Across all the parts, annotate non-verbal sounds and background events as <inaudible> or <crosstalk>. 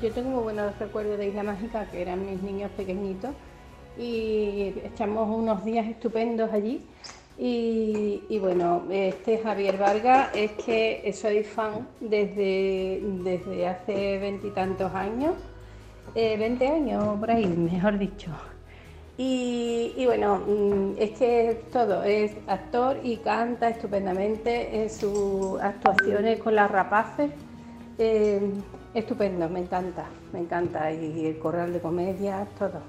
pues, tengo buenos recuerdos de Isla Mágica, que eran mis niños pequeñitos, y echamos unos días estupendos allí. Y, y bueno, este Javier Vargas es que eh, soy fan desde, desde hace veintitantos años, eh, veinte años por ahí, mejor dicho. Y, y, bueno, mm, es que es todo, es actor y canta estupendamente eh, en sus actuaciones con las rapaces. Eh, estupendo, me encanta, me encanta. Y, el corral de comedia, todo.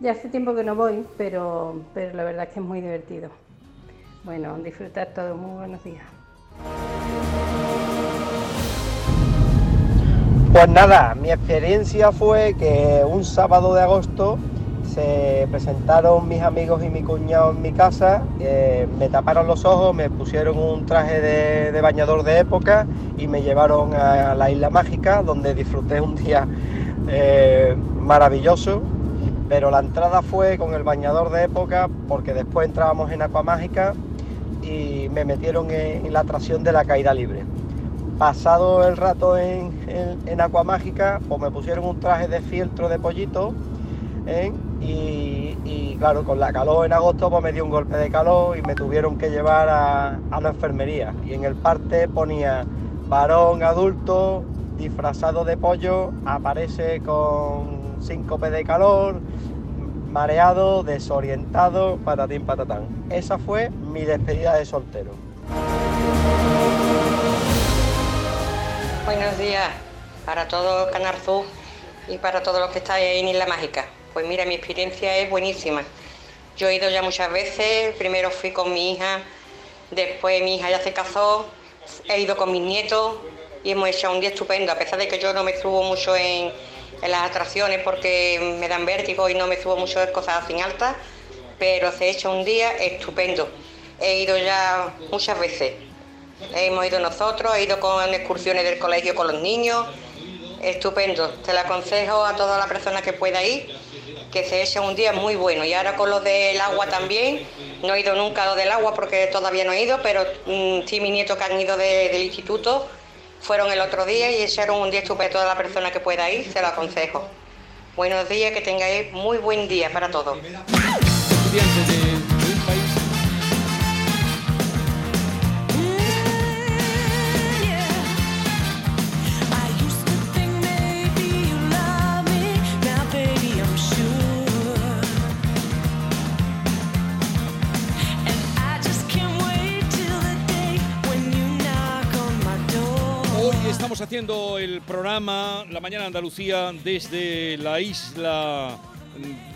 Ya hace tiempo que no voy, pero, pero la verdad es que es muy divertido. Bueno, disfrutar todo, muy buenos días. Pues nada, mi experiencia fue que un sábado de agosto se presentaron mis amigos y mi cuñado en mi casa, eh, me taparon los ojos, me pusieron un traje de, de, bañador de época y me llevaron a la isla mágica donde disfruté un día eh, maravilloso. Pero la entrada fue con el bañador de época porque después entrábamos en Aquamágica y me metieron en, en la atracción de la caída libre. Pasado el rato en, en, en Aquamágica, pues me pusieron un traje de fieltro de pollito ¿Eh? Y, y, claro, con la calor en agosto pues me dio un golpe de calor y me tuvieron que llevar a, a la enfermería. Y en el parte ponía varón adulto disfrazado de pollo, aparece con síncope de calor, mareado, desorientado, patatín patatán. Esa fue mi despedida de soltero. Buenos días para todo Canal Sur y para todos los que estáis en Isla Mágica. Pues mira, mi experiencia es buenísima. Yo he ido ya muchas veces, primero fui con mi hija, después mi hija ya se casó, he ido con mis nietos y hemos hecho un día estupendo, a pesar de que yo no me subo mucho en, en las atracciones porque me dan vértigo y no me subo mucho en cosas así altas, pero se ha hecho un día estupendo. He ido ya muchas veces. Hemos ido nosotros, he ido con excursiones del colegio con los niños, estupendo. Te la aconsejo a toda la persona que pueda ir, que se eche un día muy bueno. Y ahora con lo del agua también, no he ido nunca a lo del agua porque todavía no he ido, pero mmm, sí mi nieto que han ido de, del instituto fueron el otro día y echaron un día estupendo a toda la persona que pueda ir, se lo aconsejo. Buenos días, que tengáis muy buen día para todos. estamos haciendo el programa La Mañana Andalucía desde la isla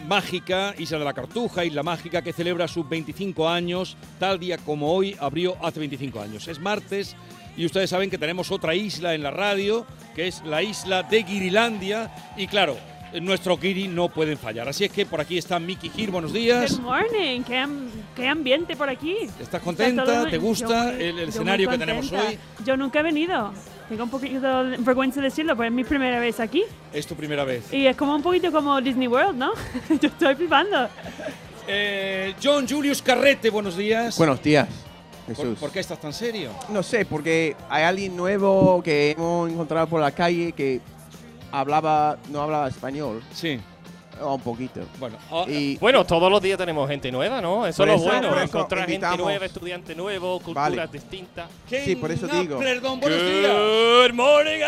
mágica, Isla de la Cartuja, Isla Mágica, que celebra sus 25 años, tal día como hoy abrió hace 25 años. Es martes y ustedes saben que tenemos otra isla en la radio, que es la isla de Guirilandia, y claro, nuestro guiri no pueden fallar. Así es que por aquí está Miki Gir, buenos días. Good morning, qué, am qué ambiente por aquí. ¿Estás contenta? O sea, ¿Te gusta muy, el, el escenario que tenemos hoy? Yo nunca he venido. Tengo un poquito de vergüenza decirlo, pero es mi primera vez aquí. Es tu primera vez. Y es como un poquito como Disney World, ¿no? <laughs> Yo estoy flipando. Eh, John Julius Carrete, buenos días. Buenos días. ¿Por, ¿Por, qué estás tan serio? No sé, porque hay alguien nuevo que hemos encontrado por la calle que hablaba, no hablaba español. Sí. Oh, un poquito. Bueno, oh, y, bueno, todos los días tenemos gente nueva, ¿no? Eso es lo bueno, eso, encontrar gente nueva, estudiante nuevo, culturas vale. distintas. Sí, por eso digo. Perdón, buenos Good días. Good morning,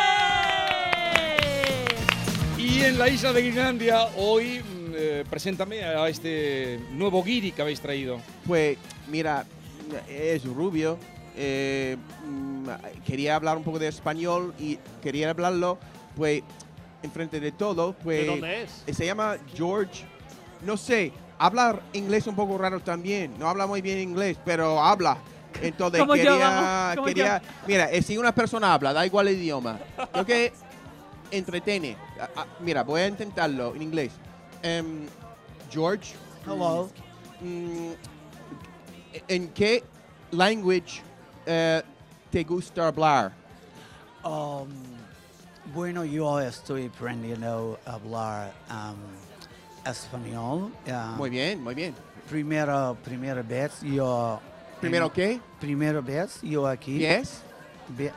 Andalucía. ¡Ey! Y en la isla de Guirlandia, hoy, eh, preséntame a este nuevo guiri que habéis traído. Pues, mira, es rubio. Eh, quería hablar un poco de español y quería hablarlo, pues enfrente de todo, pues. ¿De dónde es? Se llama George. No sé, habla inglés un poco raro también. No habla muy bien inglés, pero habla. <laughs> Entonces como quería. Yo, vamos, quería yo. Mira, eh, si una persona habla, da igual el idioma. Lo que entretiene. A, a, mira, voy a intentarlo en inglés. Um, George. Hello. Mm, ¿En qué language uh, te gusta hablar? Um. Bueno, yo estoy aprendiendo a hablar um, español. Um, muy bien, muy bien. Primero, primera vez yo. ¿Primero qué? Primera vez yo aquí. ¿Ves? ¿Ves?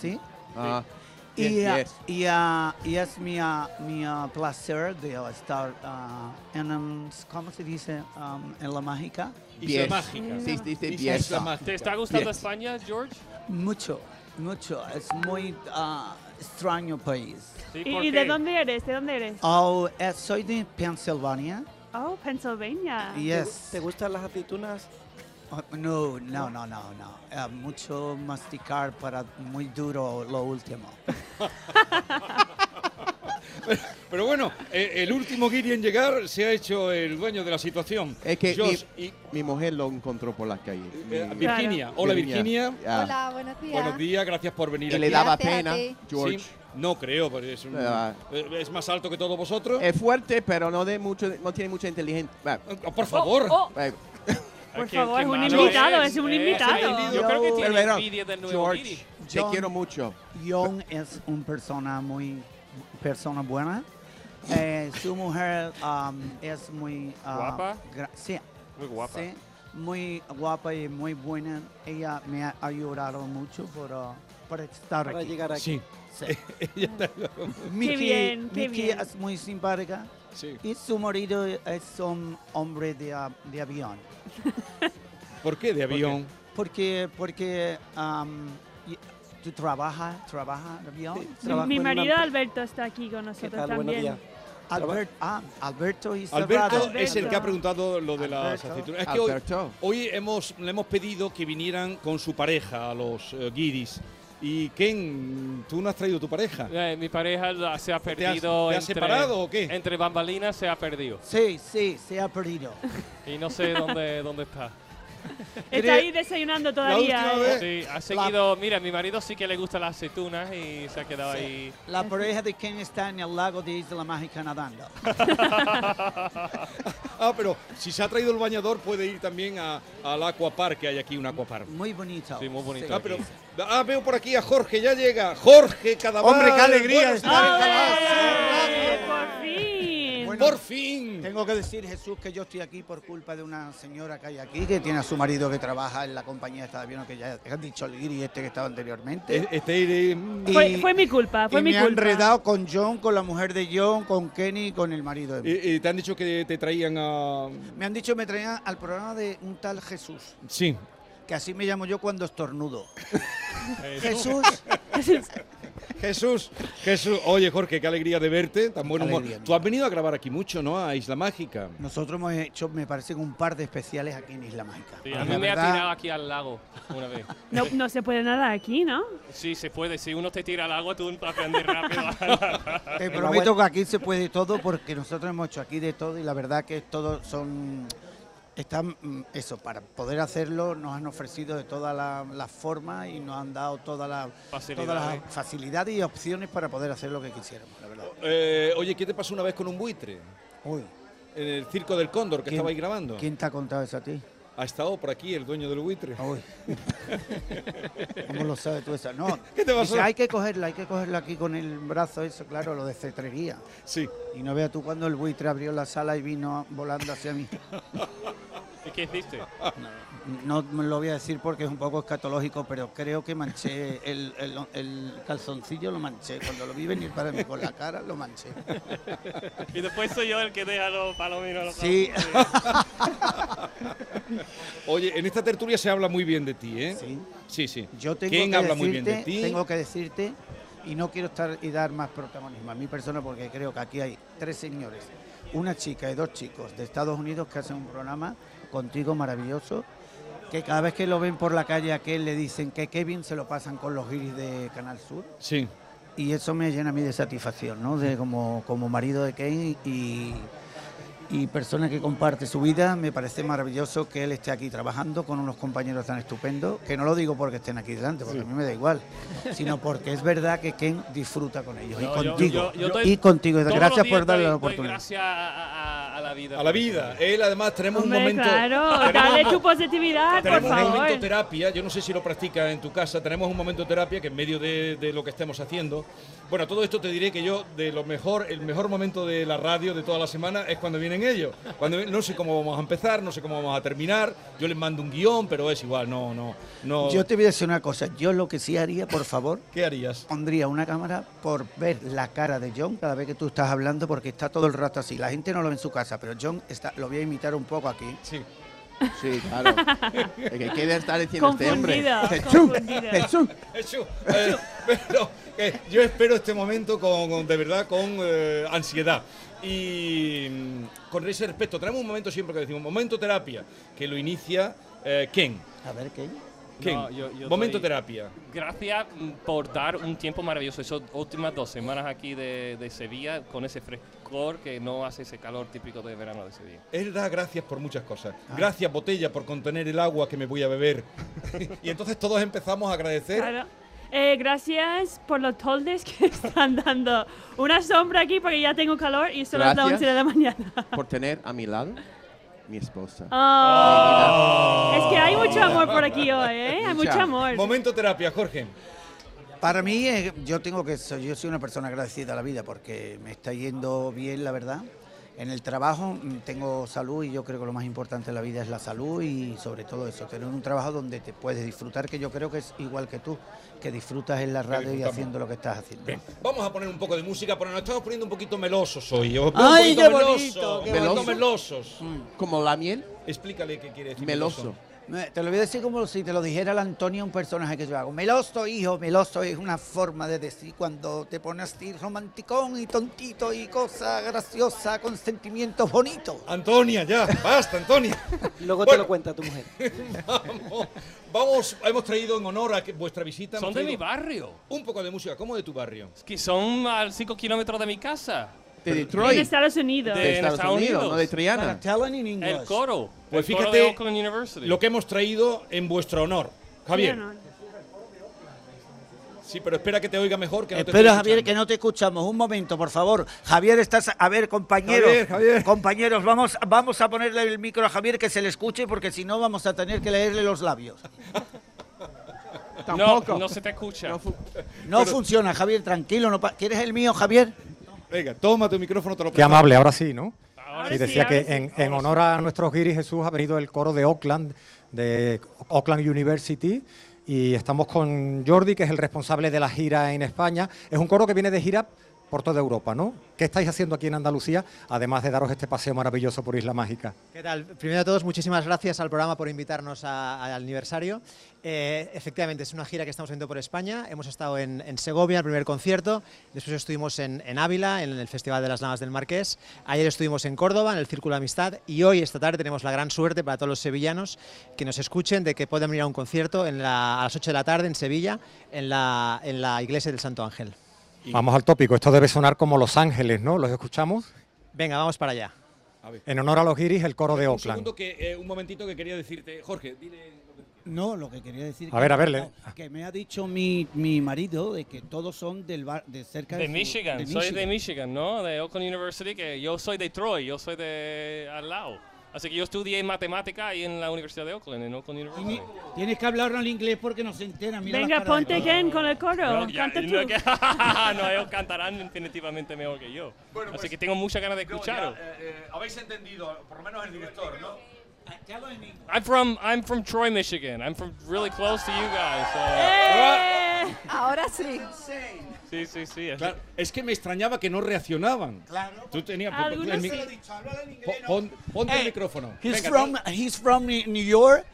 Sí. Ah, Y, Yes, ah, yes. y, ah, y es mi, ah, mi ah, placer de estar ah, en, um, ¿cómo se dice? Um, en la mágica. Isla Bies. mágica. Sí, se dice Isla biesa. mágica. ¿Te está gustando Bien. España, George? Mucho, mucho. Es muy ah, extraño país. Sí, ¿Y, ¿por y de qué? dónde eres? ¿De dónde eres? Oh, eh, soy de Pensilvania. Oh, Pennsylvania. Yes. Ah. ¿Te gustan las aceitunas? Oh, no, no, no, no, no. Eh, mucho masticar para muy duro lo último. Pero bueno, eh, el último guiri en llegar se ha hecho el dueño de la situación. Es que Josh mi, y- mi mujer lo encontró por las calles. eh, Mi- Virginia. Hola, Virginia. Ah. Hola, buenos días. Buenos días, gracias por venir Y le aquí. daba Gracias a pena, ti. George. Sí, no creo, porque es, un- Ah. eh, es más alto que todos vosotros. Es fuerte, pero no de mucho, no tiene mucha inteligencia. Va, Ah, Por favor. Oh, oh, por va. Ah, qué- favor, qué es un malo invitado, es un eh, invitado. Yo creo que Pero, tiene pero, envidia del nuevo guiri. George, te John. quiero mucho. John es una persona muy persona buena. Eh, su mujer um, es muy ah, Guapa. gra- sí, Muy guapa. sí, muy guapa y muy buena. Ella me ha ayudado mucho por, ah, por estar Para aquí. llegar aquí. Sí, Sí. <laughs> Qué bien, qué Mickey bien. es muy simpática sí. y su marido es un hombre de, ah, de avión. ¿Por qué de avión? Porque, porque um, y- tú trabajas, trabajas de avión. Sí, Mi, trabajo mi en una marido empresa. Alberto está aquí con ¿Qué nosotros tal? Buenos también. días. Albert- ah, Alberto y Alberto, Serrado. es el que ha Alberto. preguntado lo de las Alberto. aceitunas. Es que hoy, Alberto. hoy hemos, le hemos pedido que vinieran con su pareja a los eh, guiris. Y Ken, tú no has traído tu pareja. Eh, mi pareja la- se ha has- perdido. te has entre- separado o qué? Entre bambalinas se ha perdido. Sí, sí, se ha perdido. Y no sé dónde, dónde está. Está ahí desayunando última todavía. vez- eh. Sí, ha La- seguido. Mira, mi marido sí que le gusta las aceitunas y se ha quedado ahí. La pareja de Ken está en el lago de Isla Mágica <laughs> nadando. Ah, pero si se ha traído el bañador puede ir también a- al aquapark, que hay aquí un aquapark. Muy bonito. Sí, muy bonito. Ah, aquí. pero, ah, veo por aquí a Jorge, ya llega. Jorge cada Hombre, qué alegría estar en ¡Ole! Eh, Por fin. Bueno, Por fin. Tengo que decir, Jesús, que yo estoy aquí por culpa de una señora que hay aquí, que tiene a su marido que trabaja en la compañía de avión, que ya han dicho el guiri este que estaba anteriormente. E- Este, eh, Fue, Y- fue mi culpa, fue y mi me ha culpa. enredado con John, con la mujer de John, con Kenny y con el marido de mí. eh, eh, te han dicho que te traían a... Me han dicho que me traían al programa de un tal Jesús, Sí. que así me llamo yo cuando estornudo. Jesús. Jesús, <laughs> Jesús, Jesús. Oye, Jorge, qué alegría de verte. Tan buen humor. Alegría, Tú has venido a grabar aquí mucho, ¿no? A Isla Mágica. nosotros hemos hecho, me parece, que un par de especiales aquí en Isla Mágica. Sí, Y a la mí me ha verdad, tirado aquí al lago una vez. No, no se puede nada aquí, ¿no? Sí, se puede. Si uno te tira al agua, tú <laughs> aprendes rápido. a- Te la prometo que aquí se puede todo porque nosotros hemos hecho aquí de todo y la verdad que todos son... Están, mm, eso, para poder hacerlo nos han ofrecido de todas la- las formas y nos han dado todas las- todas Facilidades. las facilidades y opciones para poder hacer lo que quisiéramos, la verdad. Eh, oye, ¿qué te pasó una vez con un buitre? Uy, En el circo del cóndor que ¿Quién- estaba ahí grabando. ¿Quién te ha contado eso a ti? Ha estado por aquí el dueño del buitre. <laughs> Uy. ¿Cómo lo sabes tú eso? No. ¿Qué te pasó? Dice, hay que cogerla, hay que cogerla aquí con el brazo, eso, claro, lo de cetrería. Sí. Y no veas tú cuando el buitre abrió la sala y vino volando hacia mí. ¿Y qué hiciste? No me lo voy a decir porque es un poco escatológico, pero creo que <laughs> manché el, el- el calzoncillo, lo manché. Cuando lo vi venir para mí con la cara, lo <laughs> manché. <laughs> Y después soy yo el que deja los palominos. Los Sí. Oye, en esta tertulia se habla muy bien de ti, ¿eh? Sí. Sí, sí. Yo tengo ¿Quién que habla decirte, muy bien de ti? Tengo que decirte, y no quiero estar y dar más protagonismo a mi persona porque creo que aquí hay tres señores, una chica y dos chicos de Estados Unidos que hacen un programa contigo maravilloso, que cada vez que lo ven por la calle a aquel le dicen que Kevin se lo pasan con los giris de Canal Sur. Sí. Y eso me llena a mí de satisfacción, ¿no? De como, como marido de Kevin y, y persona que comparte su vida, me parece maravilloso que él esté aquí trabajando con unos compañeros tan estupendos, que no lo digo porque estén aquí delante, porque a mí me da igual, sino porque es verdad que Ken disfruta con ellos y No, yo- contigo. yo- yo y doy- contigo. Todos los Gracias días por darle la doy- doy oportunidad. Gracias a, a- a la vida. A la vida. Él, además, tenemos Hombre, un momento... claro, dale tu positividad, por Tenemos un favor. momento terapia, yo no sé si lo practicas en tu casa, tenemos un momento terapia que en medio de, de lo que estemos haciendo, Bueno, todo esto te diré que yo, de lo mejor, el mejor momento de la radio de toda la semana es cuando vienen ellos. Cuando, ven- no sé cómo vamos a empezar, no sé cómo vamos a terminar. Yo les mando un guión, pero es igual, no, no, no. Yo te voy a decir una cosa, yo lo que sí haría, por favor, ¿Qué harías? pondría una cámara por ver la cara de John cada vez que tú estás hablando, porque está todo el rato así. La gente no lo ve en su casa, pero John está, lo voy a imitar un poco aquí. Sí. Sí, claro. Es que ¿Qué debe estar diciendo este hombre? Confundida, Jesús, confundida. Jesús. Eso, eh, <laughs> pero eh, yo espero este momento con, con- de verdad con eh, ansiedad y mm, con ese respeto. Tenemos un momento siempre que decimos, momento terapia, que lo inicia eh, Ken. A ver qué. Ken, No, yo- yo momento doy- terapia. <laughs> Gracias mm, por dar un tiempo maravilloso. Esas últimas dos semanas aquí de, de Sevilla con ese frescor que no hace ese calor típico de verano de Sevilla. Él da gracias por muchas cosas. Gracias, botella, por contener el agua que me voy a beber. <laughs> y entonces todos empezamos a agradecer. Claro. Eh, gracias por los toldes que <laughs> están dando. Una sombra aquí porque ya tengo calor y son las Gracias. 11 de la mañana. Por tener a mi lado mi esposa. Oh. Es que hay mucho amor por aquí hoy, ¿eh? Hay mucho Mucha. amor. Momento terapia, Jorge. Para mí, eh, yo tengo que soy- yo soy una persona agradecida a la vida porque me está yendo bien, la verdad. En el trabajo mm, tengo salud y yo creo que lo más importante en la vida es la salud y sobre todo eso, tener un trabajo donde te puedes disfrutar, que yo creo que es igual que tú, que disfrutas en la radio y disfrutamos. haciendo lo que estás haciendo. Bien, vamos a poner un poco de música, pero nos estamos poniendo un poquito melosos hoy. os veo un ¡Ay, poquito qué bonito, melosos, qué un poquito bonito! Mm. melosos. Como la miel, Explícale qué quiere decir meloso. Me- Eh, Te lo voy a decir como si te lo dijera el Antonio, un personaje que yo hago. Meloso, hijo, meloso es una forma de decir cuando te pones así romanticón y tontito y cosa graciosa con sentimientos bonitos. Antonia, <laughs> ya, basta, Antonia. <laughs> Luego te Bueno. lo cuenta tu mujer. <laughs> vamos, vamos, hemos traído en honor a que- vuestra visita. hemos Son de mi traído barrio. Un poco de música, como de tu barrio. Es que son a 5 kilómetros de mi casa. De En Detroit. Estados Unidos. De en Estados Estados Unidos, Unidos. no de Triana. El coro. Pues el coro fíjate de Oakland University. Lo que hemos traído en vuestro honor. Javier. Sí, pero espera que te oiga mejor. Que no te Espera, estoy Javier, que escuchando. no te escuchamos. Un momento, por favor. Javier, estás. A ver, compañeros. Javier, Javier. Compañeros, vamos, vamos a ponerle el micro a Javier que se le escuche, porque si no, vamos a tener que leerle los labios. Tampoco. <laughs> No, no se te escucha. No fu- No funciona, Javier, tranquilo. No pa- ¿Quieres el mío, Javier? Venga, toma tu micrófono, te lo Qué presto. amable, ahora sí, ¿no? Ahora Sí, sí, decía ahora que sí. en, en honor a nuestro Giri Jesús ha venido el coro de Oakland, de Oakland University, y estamos con Jordi, que es el responsable de la gira en España. Es un coro que viene de gira por toda Europa, ¿no? ¿Qué estáis haciendo aquí en Andalucía, además de daros este paseo maravilloso por Isla Mágica? ¿Qué tal? Primero de todos, muchísimas gracias al programa por invitarnos a- al aniversario. Eh, efectivamente, es una gira que estamos haciendo por España. Hemos estado en, en Segovia, el primer concierto. Después estuvimos en, en Ávila, en el Festival de las Navas del Marqués. Ayer estuvimos en Córdoba, en el Círculo de Amistad. Y hoy, esta tarde, tenemos la gran suerte para todos los sevillanos que nos escuchen de que puedan venir a un concierto en la- a las 8 de la tarde en Sevilla, en la, en la Iglesia del Santo Ángel. Vamos al tópico, esto debe sonar como Los Ángeles, ¿no? ¿Los escuchamos? Venga, vamos para allá. A ver. En honor a los Giris, el coro de Un Oakland. segundo, que, eh, un momentito que quería decirte. Jorge, dile. lo que- No, lo que quería decir. A ver, a ver, le- Que me ha dicho mi, mi marido de que todos son del bar, de cerca De su- Michigan, soy de Michigan, ¿no? De Oakland University, que yo soy de Troy, yo soy de al lado. Así que yo estudié matemática ahí en la Universidad de Oakland, en Oakland Y University. ni- Tienes que hablarlo en inglés porque no se entera. Mira las caras Venga, de- ponte Ken con el coro. ya- Canta tú. no, que- <laughs> no, ellos cantarán definitivamente mejor que yo. Bueno, Así pues- que tengo muchas ganas de No, escucharos. ya, eh, eh, habéis entendido, por lo menos el director, ¿no? I'm from I'm from Troy, Michigan. I'm from really close to you guys. so- ¡Eh! Ahora sí. Sí, sí, sí. así- Claro, es que me extrañaba que no reaccionaban. Claro. Tú tenías. pon- Algunos el mic- pon- pon- ponte el micrófono. He's Venga, Eh, from, he's from Ni- New York.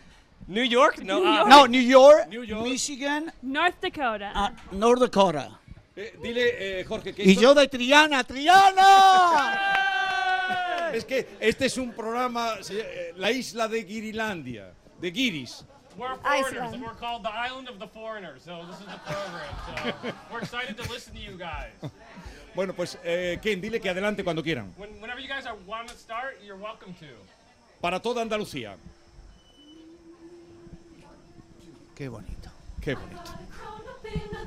New York? No. ah, No, New York, New York. Michigan, North Dakota. ah, North Dakota. eh, dile, eh, Jorge, que Y esto- yo de Triana, Triana. Es que este es un programa, se- eh, la isla de Girilandia, de Giris. We're foreigners, Iceland. and we're called the Island of the Foreigners. So this is the program. So <laughs> we're excited to listen to you guys. Bueno, pues eh, Ken, dile que adelante cuando quieran. When, whenever you guys are want to start, you're welcome to. Para toda Andalucía. Qué bonito. Qué bonito.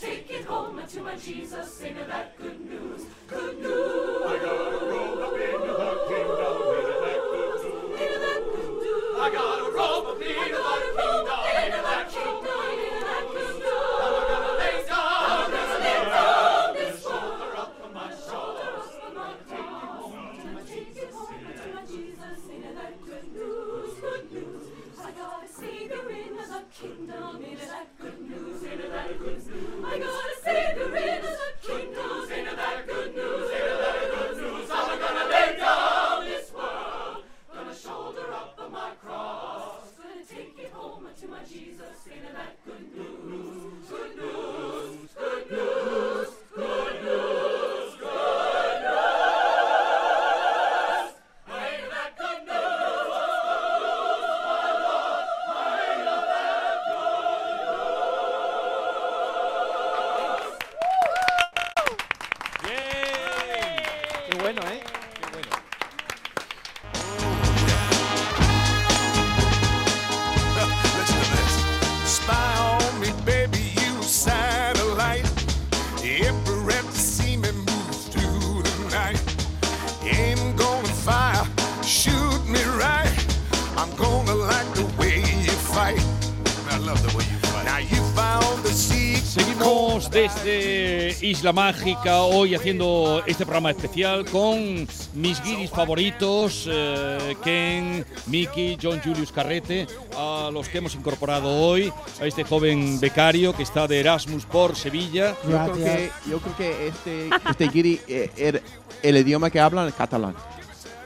Take it home to my Jesus, sing of that good news. Good Qué bueno, ¿eh? Qué bueno. Listen to this. Spy on me, baby, you satellite. Every rep see me move through the night. Aim gonna fire, shoot me right. I'm gonna like the way you fight. I love the way you fight. Now you found the secret chord. Seguimos desde Isla Mágica hoy haciendo este programa especial con mis guiris favoritos, eh, Ken, Mickey, John Julius Carrete, a los que hemos incorporado hoy, a este joven becario que está de Erasmus por Sevilla. Yo creo que, yo creo que este, este guiri, eh, el, el idioma que hablan es catalán.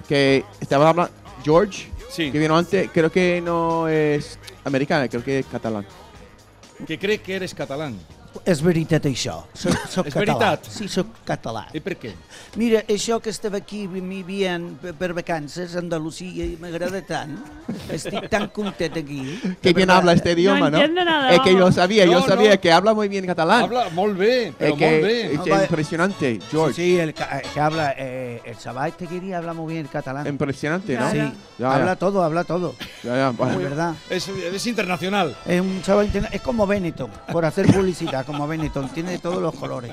Que estaba hablando George, que vino antes, creo que no es americano, creo que es catalán. Que cree que eres catalán. És veritat, això. Soc, soc És català. veritat? Sí, soc català. I per què? Mira, això que estava aquí m'hi havien per- per vacances a Andalusia i m'agrada tant. Estic tan content aquí. Qué bien habla este idioma, ¿no? Es que yo sabía, yo sabía que habla muy bien catalán. Habla muy bien, Es pero que molt bé. es Ah, que va- impresionante, George. Sí, sí, el ca- que habla, eh, el Sabá este que habla muy bien catalán. Impresionante, ¿no? Sí, Ya, ya. habla todo, habla todo. Ya, ya, vale. Es verdad. Es, es internacional. Es un chaval interna- es como Benetton, por hacer publicidad, como Benetton, tiene de todos los colores.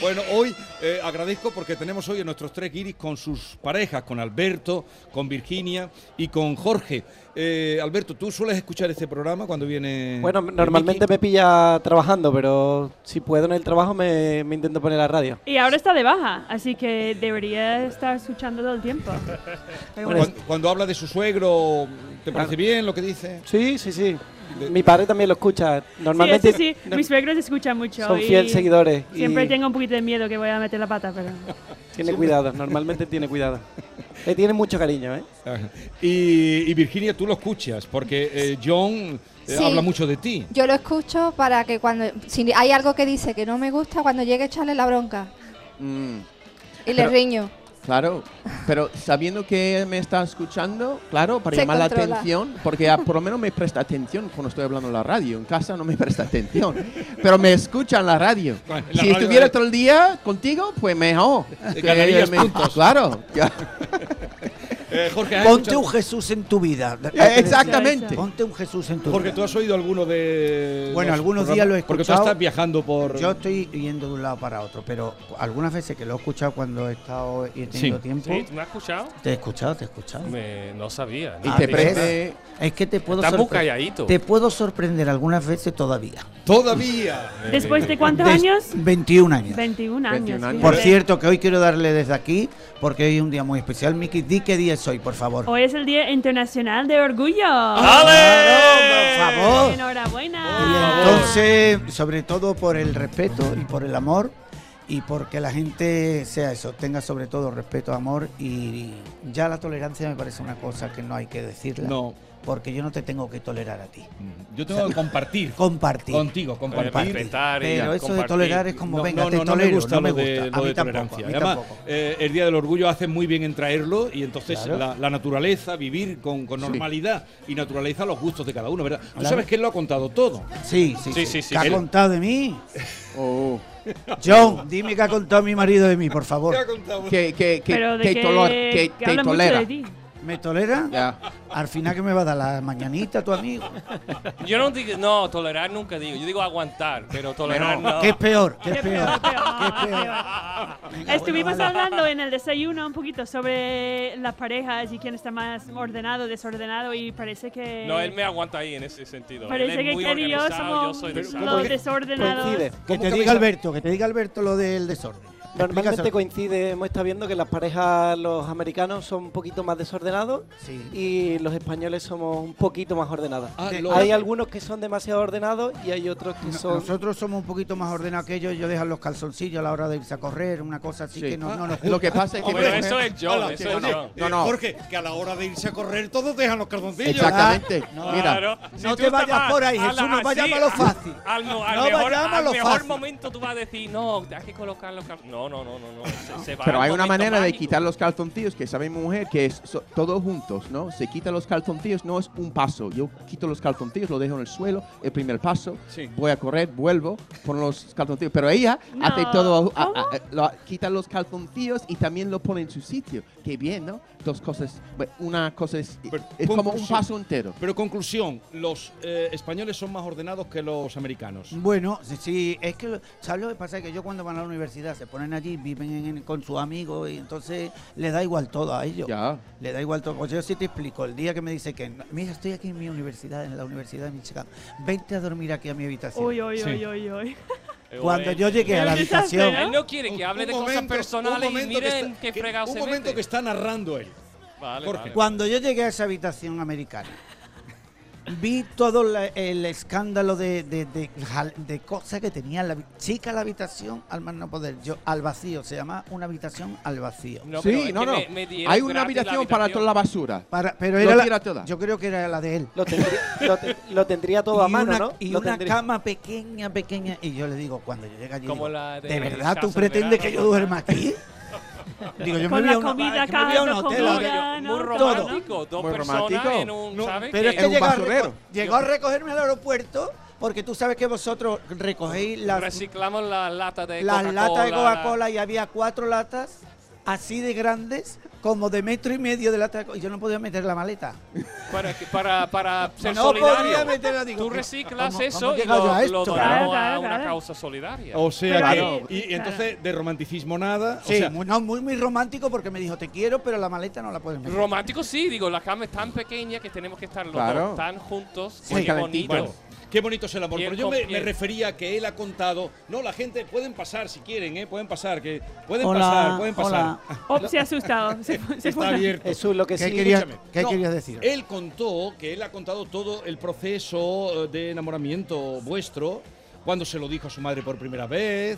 Bueno, hoy eh, agradezco porque tenemos hoy a nuestros tres guiris con sus parejas, con Alberto, con Virginia y con Jorge. Eh, Alberto, ¿tú sueles escuchar este programa cuando viene? Bueno, Miki? normalmente me pilla trabajando, pero si puedo en el trabajo me, me intento poner la radio. Y ahora está de baja, así que debería estar escuchando todo el tiempo. Cuando, cuando habla de su suegro, ¿te parece bien lo que dice? Sí, sí, sí. Mi padre también lo escucha. Normalmente sí, sí, sí. Mis suegros escuchan mucho. son y fieles seguidores y- Siempre tengo un poquito de miedo que voy a meter la pata, pero. tiene cuidado, normalmente tiene cuidado. Le tiene mucho cariño, ¿eh? Ajá. Ah, Y, y Virginia, tú lo escuchas porque eh, John eh, Sí. habla mucho de ti. Yo lo escucho para que cuando. Si hay algo que dice que no me gusta, cuando llegue, echarle la bronca. Mm, Y le Pero- riño. Claro, pero sabiendo que me está escuchando, claro, para Se llamar la controla. atención, porque ah, por lo menos me presta atención cuando estoy hablando en la radio. En casa no me presta atención, pero me escucha en la radio. Bueno, en si la radio estuviera de- todo el día contigo, pues mejor. Te ganarías puntos. Claro. ya. Eh, Jorge, ¿has Ponte escuchado- un Jesús en tu vida. Eh, exactamente. Ponte un Jesús en tu Jorge, vida. ¿tú has oído alguno de.? Bueno, los algunos programas? días lo he escuchado. Porque tú estás viajando por. Yo estoy yendo de un lado para otro, pero algunas veces que lo he escuchado cuando he estado y he tenido tiempo. Sí, ¿tú me has escuchado? Te he escuchado, te he escuchado. Me- no sabía. Ah, no ¿ves? sabía. Es que te puedo Estás muy sorpre- calladito. Te puedo sorprender algunas veces todavía. Todavía. ¿Después de cuántos Des- años? 21 años. 21 años. 21 fíjate. Por cierto, que hoy quiero darle desde aquí, porque hoy es un día muy especial. Miki, di qué día es hoy, por favor. Hoy es el Día Internacional de Orgullo. ¡Ale! Por favor. Y Enhorabuena. entonces, sobre todo por el respeto y por el amor, y porque la gente sea eso, tenga sobre todo respeto, amor, y ya la tolerancia me parece una cosa que no hay que decirla. No. Porque yo no te tengo que tolerar a ti. Yo tengo que compartir. <laughs> Compartir. Contigo, compartir. Respetar y Pero eso de compartir. tolerar es como, No, venga, no, te no, no tolero, me gusta no me lo de, gusta. lo a mí de tampoco, tolerancia. a mí Además, tampoco. eh, el Día del Orgullo hace muy bien en traerlo y entonces Claro. la, la naturaleza, vivir con, con normalidad y naturaleza los gustos de cada uno, ¿verdad? Tú Claro. sabes que él lo ha contado todo. Sí, sí, Sí, sí. sí, sí. ¿Qué ha Él- contado de mí? John, dime qué ha contado mi marido de mí, por favor. Que, que, que, Pero de que que- tolo- que que te habla mucho tolera. de ti. ¿Me tolera? Al final que me va a dar la mañanita tu amigo. Yo no digo, no, tolerar nunca digo. Yo digo aguantar, pero tolerar Pero, no. Ah, ¿Qué es peor? ¿Qué es peor? bueno, Estuvimos vale. hablando en el desayuno un poquito sobre las parejas y quién está más ordenado, desordenado y parece que... No, él me aguanta ahí en ese sentido. Parece él es que muy Ken y yo organizado, somos soy los desastre. desordenados. Coincide. Que ¿Cómo te que diga habéis- Alberto, que te diga Alberto lo del desorden. Normalmente Explícaselo. coincide, hemos estado viendo que las parejas, los americanos, son un poquito más ordenados y los españoles somos un poquito más ordenados. Ah, De- lo- hay algunos que son demasiado ordenados y hay otros que No- son... Nosotros somos un poquito más ordenados que ellos, ellos dejan los calzoncillos a la hora de irse a correr, una cosa así Sí. que no, no nos Lo que pasa es que- Pero eso es John, Hola, eso tío, es no, John. no, No, no. Jorge, que a la hora de irse a correr todos dejan los calzoncillos. Exactamente. Ah, Mira. Si no tú te estás vayas por ahí, a la- Jesús, no vayas así, para lo a- fácil. Al, no, al No mejor, vayamos a al lo mejor fácil. momento tú vas a decir, no, hay que colocar los cal- No, no, no, no. no. Se, se va Pero al hay una momento manera de mágico. quitar los calzoncillos que sabe mi mujer que es so- todos juntos, ¿no? Se quita los calzoncillos, no es un paso. Yo quito los calzoncillos, lo dejo en el suelo, el primer paso, voy a correr, vuelvo, pongo los calzoncillos. Pero ella No, hace todo, a- a- a- lo- quita los calzoncillos y también lo pone en su sitio. Qué bien, ¿no? Dos cosas, bueno, una cosa es, es como un Conclusión. paso entero. Pero conclusión, los eh, españoles son más ordenados que los Mm, americanos. Bueno, sí, sí, es que, ¿sabes lo que pasa? Que ellos cuando van a la universidad se ponen allí, viven en- con sus amigos y entonces les da igual todo a ellos. Ya. Le da igual todo. Pues yo sí te explico, el día que me dice que, no- mira, estoy aquí en mi universidad, en la Universidad de Michigan, vente a dormir aquí a mi habitación. Uy, uy, Sí. uy, uy, uy. Cuando yo llegué a la habitación... Él no quiere que hable de cosas personales y miren qué fregado se mete. está narrando él. Vale, Jorge. vale. Cuando yo llegué a esa habitación americana, vi todo la- el escándalo de, de, de jal- de cosas que tenía la habi- chica la habitación al más no poder. Yo, al vacío, se llama una habitación al vacío. No, pero Sí, es no, que no. me- me dieron Hay una gratis la habitación para habitación. toda la basura. Para- pero Lo era la- tira toda. Yo creo que era la de él. Lo tendría, lo te- lo tendría todo a Y mano, una- ¿no? Y Lo una tendría. cama pequeña, pequeña. Y yo le digo, cuando yo llegue allí, Como digo, la de, de verdad Casa tú de pretendes Verano, que yo ¿no? duerma aquí? Digo, yo Con me la voy a una- comida, que me voy a un casa, hotel, comida, digo, ¿no? todo. Todo. romántico, dos Muy personas romántico. en un- ¿sabes? Pero es Que- que en un llegó a, basurero. reco- llegó a recogerme al aeropuerto porque tú sabes que vosotros recogéis las, Reciclamos las latas de las Coca-Cola. latas de Coca-Cola y había cuatro latas así de grandes, como de metro y medio de lata de Coca- y yo no podía meter la maleta. Para, que- para, para ser No podía solidario. meterla, digo, Tú reciclas ¿cómo- eso cómo he y llegado yo a lo, esto? lo donamos Claro, a claro, una claro. causa solidaria. O sea, Pero que- ahí- y entonces de romanticismo nada. Sí, o sea, muy, no, muy, muy romántico porque me dijo, te quiero, pero la maleta no la puedes meter. Romántico sí, digo, la cama es tan pequeña que tenemos que estar los Claro. dos tan juntos. Sí, Oye, qué calentito. bonito. Bueno, qué bonito es el amor. Piel Pero yo con me, me piel. refería a que él ha contado. No, la gente pueden pasar si quieren, ¿eh? Pueden pasar, que pueden Hola, pasar, pueden pasar. hola. Op, Oh, se ha asustado. Se, fu- se Está fue. abierto. ¿Qué querías- Escúchame. qué No, querías decir? Él contó que él ha contado todo el proceso eh, de enamoramiento vuestro cuando se lo dijo a su madre por primera vez.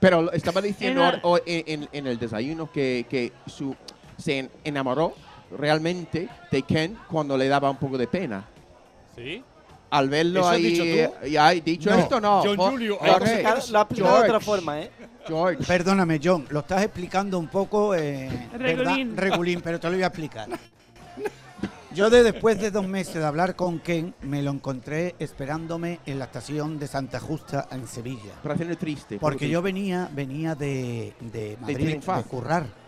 Pero lo- estaba diciendo En la- o- o- en, en- en el desayuno que, que su, se en- enamoró realmente de Ken cuando le daba un poco de pena. ¿Sí? Al verlo ¿Eso has ahí, eh, dicho tú? y ahí, dicho No. esto, no. John Jo- Julio, Jorge, ahí está. Lo ha explicado de otra forma, ¿eh? George. Perdóname, John, lo estás explicando un poco. Eh, Regulín. ¿verdad? Regulín, pero te lo voy a explicar. Yo de después de dos meses de hablar con Ken, me lo encontré esperándome en la estación de Santa Justa en Sevilla. Relaciones triste. Porque yo venía, venía de, de Madrid a triunfar. currar.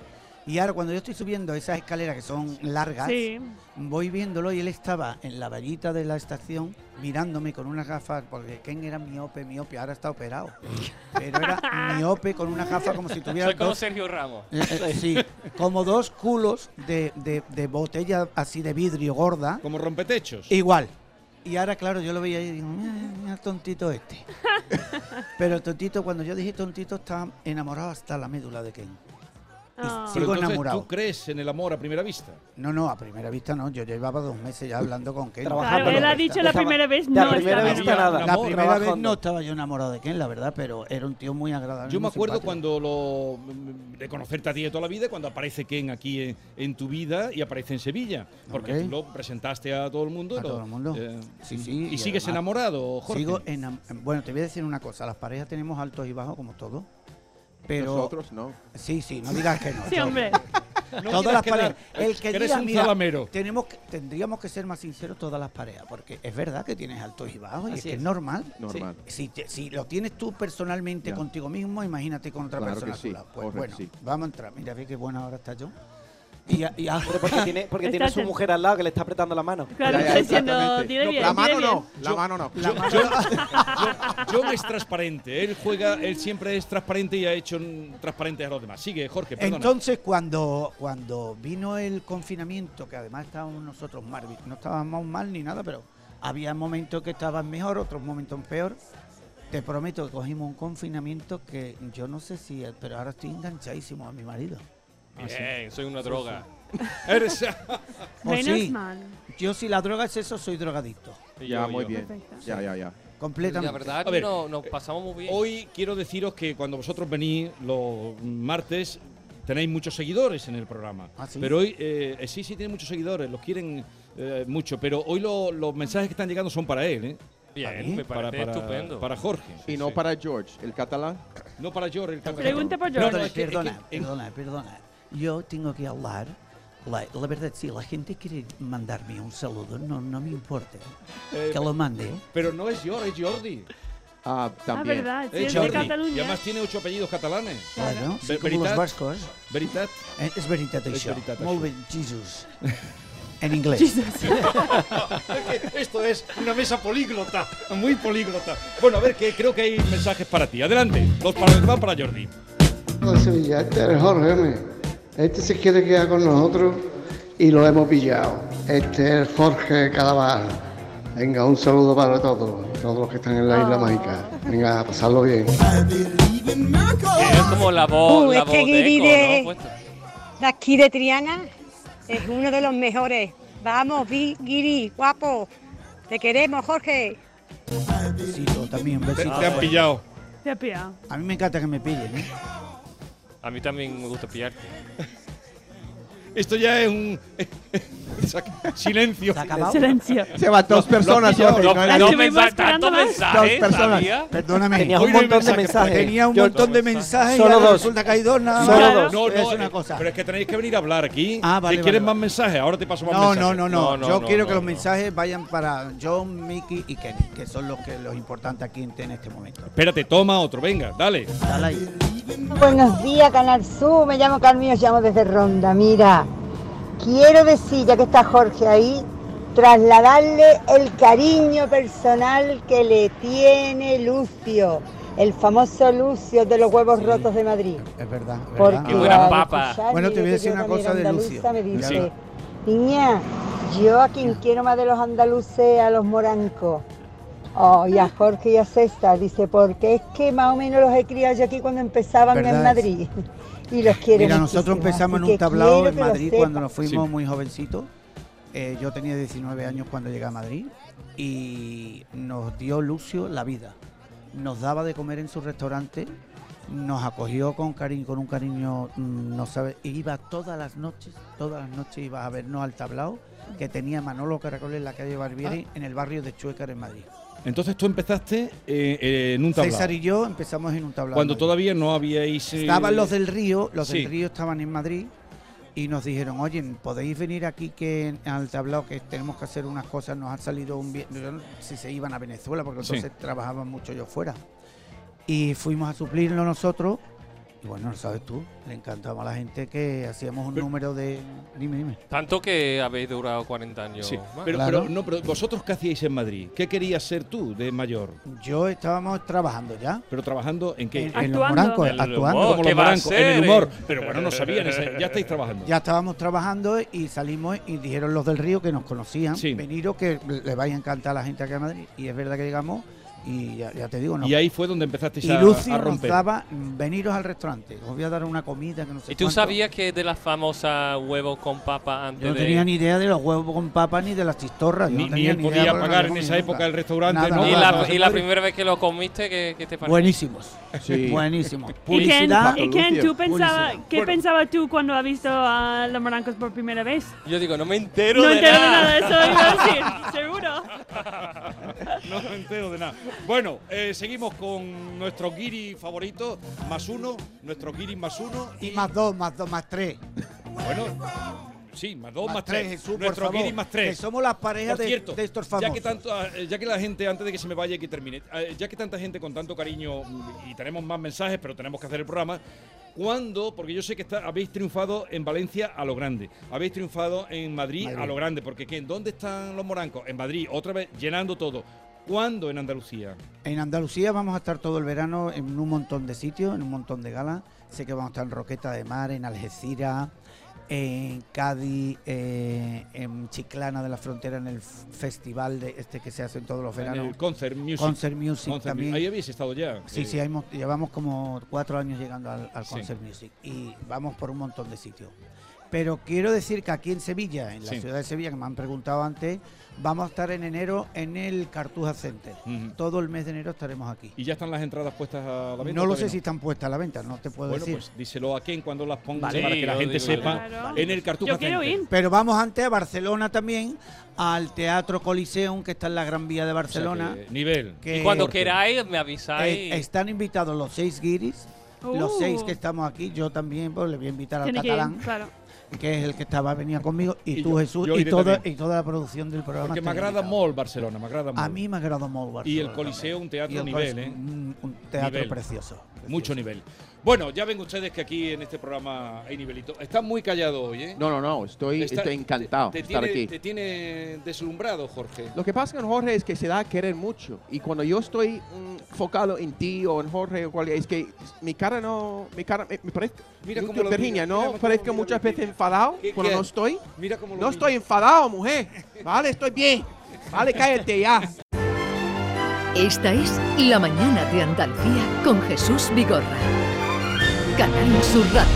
Y ahora cuando yo estoy subiendo esas escaleras que son largas, Sí. voy viéndolo y él estaba en la vallita de la estación mirándome con unas gafas, porque Ken era miope, miope, ahora está operado. Pero era miope con una gafa como si tuviera... Soy como dos- Sergio Ramos. Eh, eh, sí, como dos culos de, de- de botella así de vidrio gorda. Como rompetechos. Igual. Y ahora, claro, yo lo veía y digo, mira, mira el tontito <laughs> este. Pero el tontito, cuando yo dije tontito, estaba enamorado hasta la médula de Ken. Y Pero Ah. sigo entonces, enamorado. ¿Tú crees en el amor a primera vista? No, no, a primera vista no. Yo llevaba dos meses ya hablando con Ken. Claro, él ha dicho la primera vez no. estaba enamorado. La primera vez no estaba yo enamorado de Ken, la verdad, pero era un tío muy agradable. Yo me muy acuerdo simpático. cuando lo mm, de conocerte a ti de toda la vida, cuando aparece Ken aquí en, en tu vida y aparece en Sevilla, porque Hombre. tú lo presentaste a todo el mundo. A lo- todo el mundo. eh, Sí, sí, Y, sigues además enamorado, Jorge. Sigo enam- bueno, te voy a decir una cosa. Las parejas tenemos altos y bajos como todos. Pero Nosotros no. Sí, sí, no digas <laughs> que no. Sí, hombre. No todas quieras las quedar- parejas. El que que eres diga, un mira, zalamero. tenemos que- tendríamos que ser más sinceros todas las parejas, porque es verdad que tienes altos y bajos, y Así es que es es. normal. Normal. Sí. Si, te- si lo tienes tú personalmente Ya. contigo mismo, imagínate con otra Claro persona que a tu sí, lado. Pues correcto, bueno, sí. vamos a entrar. Mira, ve qué buena hora está yo. Y, a- y ahora- Pero <laughs> porque tiene, porque tiene Está a su sen- mujer al lado que le está apretando la mano. Claro, Ya, ya, está diciendo, exactamente. "Dile No, bien, la dile mano bien". no, la mano no. Yo- yo- yo- John es transparente. Él juega, él siempre es transparente y ha hecho mm, transparentes a los demás. Sigue, Jorge, perdona. Entonces, cuando, cuando vino el confinamiento, que además estábamos nosotros mal, no estábamos mal ni nada, pero había momentos que estaban mejor, otros momentos peor. Te prometo que cogimos un confinamiento Ah, que yo no sé si, pero ahora estoy enganchadísimo a mi marido. Bien, soy una droga. <laughs> Eres- O Menos sí, mal. Yo si la droga es eso, soy drogadicto. Ya, muy bien. Perfecto. Ya, ya, ya. Completamente. A ver, eh, nos pasamos muy bien. Hoy quiero deciros que cuando vosotros venís los martes tenéis muchos seguidores en el programa. Ah, sí? Pero hoy, eh, eh, sí, sí, tiene muchos seguidores, los quieren eh, mucho, pero hoy lo- los mensajes que están llegando son para él, ¿eh? Bien, Para- me parece estupendo. Para Jorge. Y no para George, el catalán. No para George, el catalán. Pregunte por No, George. no, es que- es que- perdona, en- perdona, perdona. Yo tengo que hablar. La, la verdad, si la gente quiere mandarme un saludo, no, no me importa. Eh, que lo mande. Pero no es George, es Jordi. Ah, también. verdad, sí, Es es de Jordi. Cataluña. Y además tiene ocho apellidos catalanes. Claro, sí, Ver- como los Veritat- vascos. Veritat. Eh, Es veritat És això. veritat, Molt això. bé, Jesus. En inglés. <laughs> Esto es una mesa políglota, muy políglota. Bueno, a ver, que creo que hay mensajes para ti. Adelante, los para los que van para Jordi. de Sevilla, este es el Jorge M. Este se quiere quedar con nosotros y lo hemos pillado. Este es el Jorge Calabar. Venga, un saludo para todos, todos los que están en la Oh. Isla Mágica. Venga, a pasarlo bien. Es como la voz, Uh, la es que voz de Guiri eco, de, ¿no? Puesto. de aquí de Triana es uno de los mejores. Vamos, Vi- Guiri, guapo. Te queremos, Jorge. Besito, también, besito. Te han pillado. Te ha pillado. em A mí me encanta que me pillen, ¿eh? A mí también me gusta pillarte. Esto ya es un. <laughs> Silencio. acabado? Silencio. Se van dos personas, Jordi. no hay- ¿eh? Perdóname. Tenías un Hoy no hay montón de mensajes. Tenía un Yo- montón de mensajes Solo y ahora dos. resulta que hay dos nada más. Solo Claro. dos. No, no, Es una eh, cosa. Pero es que tenéis que venir a hablar aquí. Ah, vale, Si vale, quieres vale. más mensajes, ahora te paso más No, mensajes. no, no, no, Yo quiero que los mensajes vayan para John, Mickey y Kenny, que son los que los importantes aquí en, en este momento. Espérate, toma otro, venga, dale. Dale ahí. Buenos días, Canal Sur. Me llamo Carmen, os llamo desde Ronda. Mira, quiero decir, ya que está Jorge ahí, trasladarle el cariño personal que le tiene Lucio, el famoso Lucio de los huevos rotos de Madrid. Es verdad. es Porque verdad. Qué buena al papa. escuchar Bueno, te voy a directo decir que una una cosa de negra Lucio. andaluza me dice, Niña, yo a quien quiero más de los andaluces, a los morancos. Oh, y a Jorge y a César, dice, porque es que más o menos los he criado yo aquí cuando empezaban en ¿Verdad? Madrid. <laughs> Y los quiero Mira, nosotros empezamos muchísimo, así en que un tablao quiero en que lo Madrid sepa. cuando nos fuimos muy jovencitos. Eh, yo tenía 19 años cuando llegué a Madrid y nos dio Lucio la vida. Nos daba de comer en su restaurante, nos acogió con cariño, con un cariño, mm, no sabes, e iba todas las noches, todas las noches iba a vernos al tablao que tenía Manolo Caracol en la calle Ah. Barbieri, en el barrio de Chuecar en Madrid. Entonces tú empezaste eh, eh, en un tablao. César y yo empezamos en un tablao. en Cuando Madrid. todavía no habíais. eh, Estaban los del río, los sí. del río estaban en Madrid y nos dijeron, oye, podéis venir aquí que en- al tablao que tenemos que hacer unas cosas, nos ha salido un bien, yo no- si se iban a Venezuela, porque Sí. entonces trabajaban mucho yo fuera. Y fuimos a suplirlo nosotros, y bueno, lo sabes tú, le encantaba a la gente que hacíamos un número de... Dime, dime. Tanto que habéis durado 40 años. Sí, más. pero, Claro. pero- no, pero vosotros qué hacíais en Madrid? ¿Qué querías ser tú de mayor? Yo estábamos trabajando ya. Pero trabajando en En- qué? en los Actuando. morancos, En el actuando. humor, ¿Qué como los va a morancos, en ser, el humor. eh? Pero bueno, no sabían, ese- ya estáis trabajando. Ya estábamos trabajando y salimos y dijeron los del río que nos conocían, veniros que le vais a encantar a la gente acá a Madrid. Y es verdad que llegamos y ya, ya te digo, no. Y ahí fue donde empezasteis Y a, Lucio a nos romper. <laughs> daba, "Mm, veniros al restaurante, os voy a dar una comida que no sé ¿Y tú cuánto". sabías que de las famosas huevos con papa antes Yo no de.? tenía ni idea de los huevos con papas ni de las chistorras. yo Ni- no ni tenía él idea podía porque no pagar en comí esa nunca. época el restaurante, Nada, ¿no? ¿Y, nada. la, y la primera vez que lo comiste, ¿qué, qué te pareció? Buenísimos. Buenísimos. ¿Y Ken, Publicidad. y Ken, ¿tú pensaba, Publicidad. ¿qué pensabas tú cuando has visto a los morancos por primera vez? Yo digo, no me entero no de entiendo nada. nada de eso, iba a decir, seguro. <laughs> No me entero de nada. Bueno, eh, seguimos con nuestro guiri favorito, más uno, nuestro guiri más uno. Y más dos, más dos, más tres. Bueno, sí, más dos, más, Más tres. tres, Jesús, por nuestro favor, guiri más tres. que somos las parejas Por de- cierto, de estos Ya que, famosos. tanto, eh, ya que la gente, antes de que se me vaya y que termine, eh, ya que tanta gente con tanto cariño mm, y tenemos más mensajes, pero tenemos que hacer el programa. ¿Cuándo? Porque yo sé que está- habéis triunfado en Valencia a lo grande, habéis triunfado en Madrid, a Madrid. lo grande, porque ¿quién? ¿dónde están los morancos? En Madrid, otra vez, llenando todo. ¿Cuándo en Andalucía? En Andalucía vamos a estar todo el verano en un montón de sitios, en un montón de galas. Sé que vamos a estar en Roqueta de Mar, en Algeciras, en Cádiz, eh, en Chiclana de la Frontera, en el f- festival de este que se hace en todos los En veranos. el concert music. Concert Music Concert también. Music. Ahí habéis estado ya. Sí, Eh, sí, hemos- llevamos como cuatro años llegando al, al Sí. Concert Music y vamos por un montón de sitios. Pero quiero decir que aquí en Sevilla, en la Sí. ciudad de Sevilla, que me han preguntado antes, vamos a estar en enero en el Cartuja Center. Todo el mes de enero estaremos aquí. ¿Y ya están las entradas puestas a la venta? No lo todavía sé si están puestas a la venta, no te puedo Bueno, decir. pues díselo a quien cuando las ponga Vale. para Sí, que la lo gente digo yo. sepa. Claro. En el Cartuja Center. Pero vamos antes a Barcelona también, al Teatro Coliseum, que está en la Gran Vía de Barcelona. que, nivel. que- y cuando queráis, me avisáis. Eh, están invitados los seis guiris, los Uh. seis que estamos aquí. Yo también pues, le voy a invitar al Tiene que ir, catalán, claro. que es el que estaba venía conmigo, y, Y tú, yo- Jesús, yo y, iré toda, también. y toda la producción del programa. Porque me estará agrada molt Barcelona, me agrada invitada. A molt. mí me agradó mucho Y Barcelona. el Coliseo, un teatro Y el nivel, Coliseo, ¿eh? un- un teatro precioso, Mucho nivel. Bueno, ya ven ustedes que aquí en este programa hay nivelito. Estás muy callado hoy, ¿eh? No, no, no, estoy, Está- estoy encantado te de estar tiene- aquí. Te tiene deslumbrado, Jorge. Lo que pasa con Jorge es que se da a querer mucho. Y cuando yo estoy mm, focado en ti o en Jorge o cualquier, es que mi cara no. Mi cara me, me parece. Mira yo- cómo lo Virginia, mira, mira ¿no? cómo Parezco muchas veces enfadado ¿Qué- cuando qué? no estoy. Mira cómo lo No mira. estoy enfadado, mujer. Vale, estoy bien. Vale, cállate ya. Esta es La Mañana de Andalucía con Jesús Vigorra. Canal Sur Radio.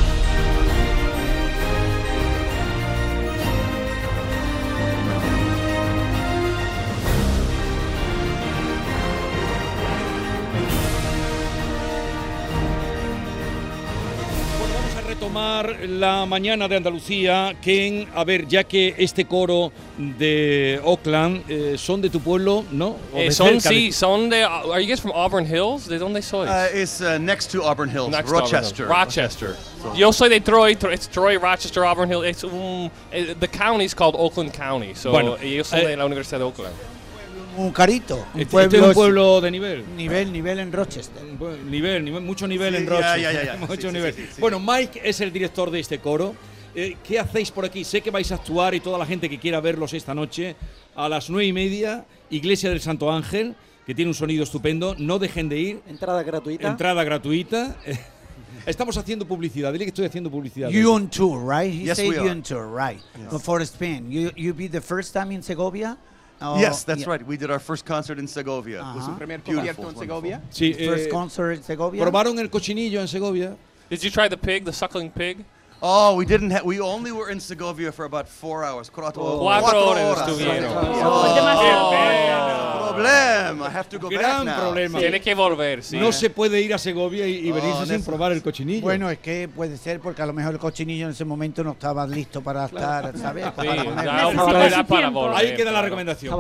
Vamos a retomar la mañana de Andalucía, Ken. A ver, ya que este coro de Oakland eh, son de tu pueblo, ¿no? O Eh, de son, cerca de- sí, son de. ¿Are you guys from Auburn Hills? ¿De dónde sois? Uh, it's uh, next to Auburn Hills, Next to Auburn Rochester. Hills. Rochester. Yo soy de Troy, Tro- it's Troy, Rochester, Auburn Hills. It's un, eh, the county is called Oakland County. So Bueno, yo soy eh, de la Universidad de Oakland. Un carito. Un Este- este es un pueblo de nivel. Nivel, nivel en Rochester. Nivel, nivel, mucho nivel Sí, en ya, Rochester. ya, ya, <laughs> ya. Mucho Sí, sí, nivel. sí, sí, sí. Bueno, Mike es el director de este coro. Eh, ¿Qué hacéis por aquí? Sé que vais a actuar y toda la gente que quiera verlos esta noche a las nueve y media, Iglesia del Santo Ángel, que tiene un sonido estupendo. No dejen de ir. Entrada gratuita. Entrada gratuita. <laughs> Estamos haciendo publicidad. Dile que estoy haciendo publicidad. You on tour, right? He Yes, said we you are. on tour, right? For Spain, you you be the first time in Segovia. Oh, yes, that's right. We did our first concert in Segovia. It was Ajá. beautiful. Primer Beautiful, concierto en wonderful. Segovia. Sí, Uh-huh. First eh, concert in Segovia. ¿Probaron el cochinillo en Segovia? Did you try the pig, the suckling pig? Oh, we didn't. Ha- we only were in Segovia for about four hours. Cuatro, Cuatro horas estuvieron. Oh, demasiado. Oh, problem. I have to go Gran back now. problema. Tiene que volver, sí. No se puede ir a Segovia y, y Oh, venirse sin neces- probar el cochinillo. Bueno, es que puede ser porque a lo mejor el cochinillo en ese momento no estaba listo para estar, ¿sabes? Para comer. Ahí queda la recomendación.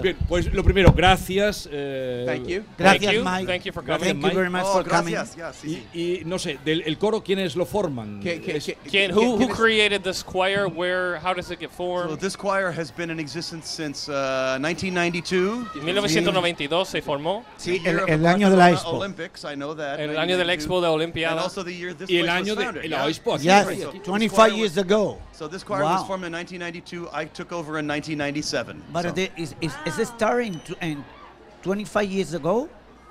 Bien, pues lo primero, gracias. eh, Thank you. Gracias, Thank you. Mike. Thank you for coming. Thank you very much Oh, for gracias, coming. yes, Y, y no sé, del el coro, ¿quiénes lo forman? Es- Can, who, who created this choir? Where? How does it get So formed? this choir has been in existence since uh, 1992. 1992 se formó. Sí, el- el año de la Expo. Olympics, I know that. El año de la Expo de Olimpiada. And also the year this Y el place año was de- founded, la yeah? Expo, aquí, Yes, So this 25 choir was- years ago. So this choir Wow. was formed in 1992. I took over in 1997. But so. it is, is, is it starting to, and 25 years ago?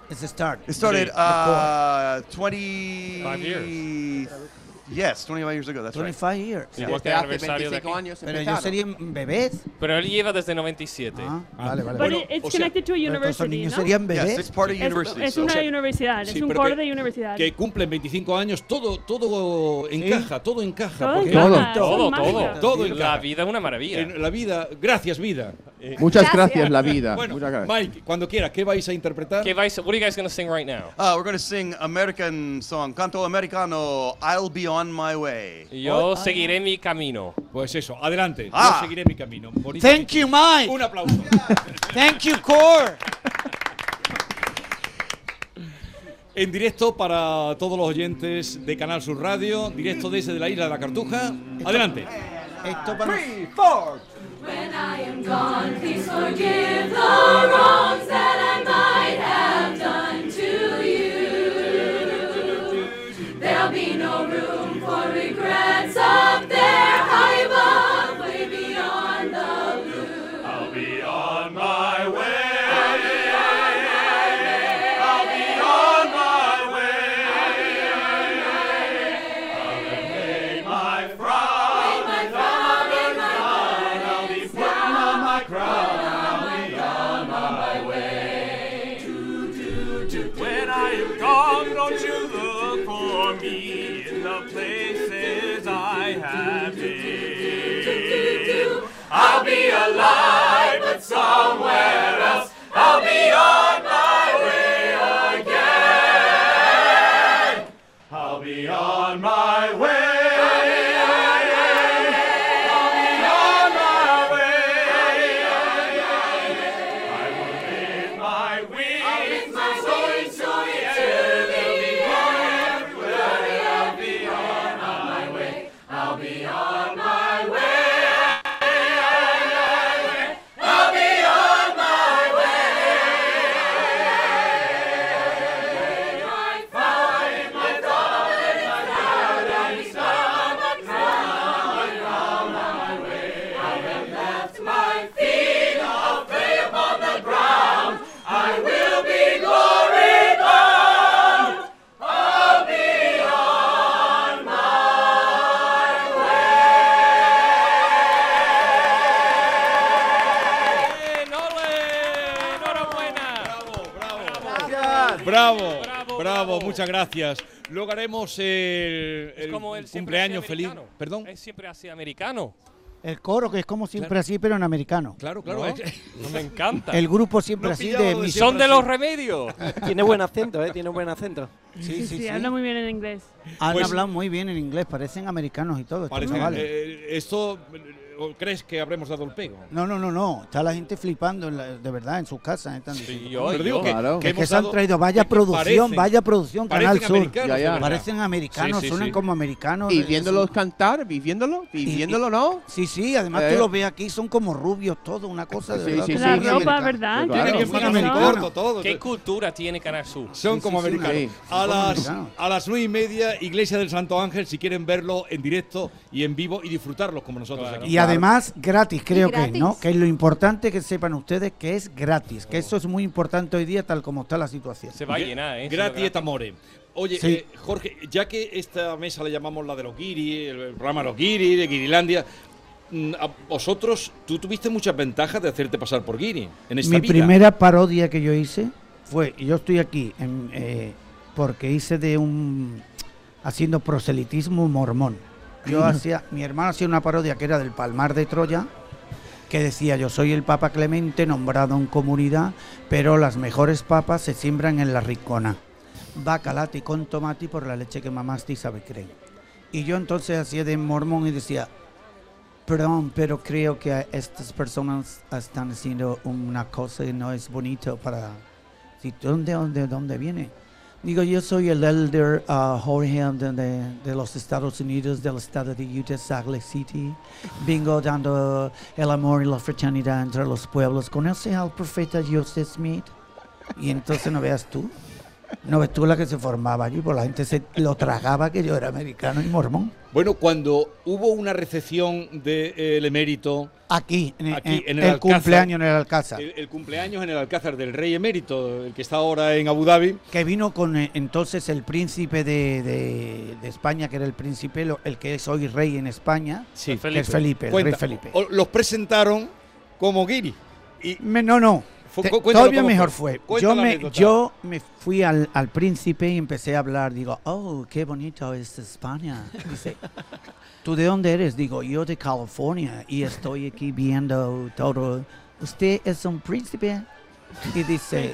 It's a start. It started The core. uh, 20 Five years. Yes, 25 years ago. That's right. 25 years. Yeah. Igual que el aniversario de aquí. Pero yo sería un bebé. Ah, Pero él lleva desde 97. vale, vale. But it- it's connected to a university, ¿no? Yes, it's part of Es- university. Es so- una universidad, es Sí, un pero coro que- de universidad. Que cumplen 25 años, todo, todo encaja, todo encaja. Todo porque- encaja, todo, Todo, es todo. todo, mágica. encaja. La vida es una maravilla. En la vida, gracias vida. Eh, Muchas Gracias. gracias, la vida. Bueno, Muchas gracias. Mike, cuando quieras, ¿qué vais a interpretar? ¿Qué vais? What are you guys gonna sing right now? Uh, we're going to sing American song, Canto Americano, I'll Be On My Way. Yo seguiré mi camino. Pues eso, adelante. Ah. Yo seguiré mi camino. Bonito. Thank you, Mike. Un aplauso. Thank you, Core. En directo para todos los oyentes de Canal Sur Radio, directo desde la isla de la Cartuja. Adelante. Esto para Ah. Three, four. When I am gone, please forgive the wrongs that I might have done to you. There'll be no room for regrets up there high above, way beyond the blue. I'll be on my When I am gone, oh, don't you look for me in the places I have been. Bravo, bravo, muchas gracias. Luego haremos el, el como él siempre cumpleaños hacía feliz. americano. Perdón. Es siempre así americano. El coro, que es como siempre Claro. así, pero en americano. Claro, claro. ¿No? es- No me encanta. El grupo siempre así de mis- Son de los remedios. Tiene buen acento, ¿eh? Tiene buen acento. Sí, sí, sí. habla muy bien en inglés. Han Pues- hablado muy bien en inglés, parecen americanos y todo. estos Parece- chavales. eh, ¿Esto eh, o crees que habremos dado el pego? No, no, no, no. Está la gente flipando, en la- de verdad, en sus casas. Están diciendo, yo- "Coño, yo digo que- claro, que es que hemos se han dado- traído. Vaya que producción, parecen- vaya producción, Canal parecen Sur. americanos, de verdad. Parecen americanos, Sí, sí, suenan sí. como americanos. Y eh, viéndolos cantar, viviéndolo, viviéndolo, ¿no? Sí, sí, además Eh. tú los ves aquí, son como rubios, todo, una cosa de Sí, verdad. sí, que sí, son sí, americanos. americano. Claro. Tienen que Sí, ser sí, americanos. sí. todo. ¿Qué cultura tiene Canal Sur? Son como americanos. A, Son las, americanos. a las nueve y media, Iglesia del Santo Ángel, si quieren verlo en directo y en vivo y disfrutarlos como nosotros aquí. Y además gratis, creo que es, gratis. ¿no? Que es lo importante que sepan ustedes que es gratis, que eso es muy importante hoy día tal como está la situación. Se Oh. va a llenar, ¿eh? Gratis et amore. Oye, Sí. eh, Jorge, ya que esta mesa la llamamos la de los guiri, el el programa Los Guiri, de Guirilandia, mm, a vosotros, tú tuviste muchas ventajas de hacerte pasar por guiri en esta Mi vida. primera parodia que yo hice fue, y yo estoy aquí en, eh, porque hice de un, haciendo proselitismo mormón. Yo hacía, mi hermano hacía una parodia que era del Palmar de Troya, que decía, yo soy el Papa Clemente nombrado en comunidad, pero las mejores papas se siembran en la ricona. Bacalati con tomate por la leche que mamaste y sabe creen. Y yo entonces hacía de mormón y decía, Perdón, pero creo que estas personas están haciendo una cosa que no es bonito para... ¿De dónde, dónde, dónde viene? Digo, yo soy el elder ah, Jorge de, de- de los Estados Unidos, del estado de Utah, Salt Lake City. Vengo dando el amor y la fraternidad entre los pueblos. ¿Conoces al profeta Joseph Smith? Y entonces no veas tú. No ves tú la que se formaba allí, porque la gente se lo tragaba que yo era americano y mormón. Bueno, cuando hubo una recepción del emérito. Aquí, en el, Aquí, en el el Alcázar. cumpleaños en el Alcázar. El, el cumpleaños en el Alcázar del Rey Emérito, el que está ahora en Abu Dhabi. Que vino con eh, entonces el príncipe de, de- de España, que era el príncipe, lo- el que es hoy rey en España, Sí, que es Felipe, el Cuenta, rey Felipe. o- Los presentaron como guiri. Me- no, no. Fue- Te- cu- cuéntalo todavía cómo mejor fue. fue. Cuenta Yo la me, anécdota. <laughs> yo me fui al, al príncipe y empecé a hablar. Digo, oh, qué bonito es España. Dice, ¿tú de dónde eres? Digo, yo de California y estoy aquí viendo todo. ¿Usted es un príncipe? Y dice,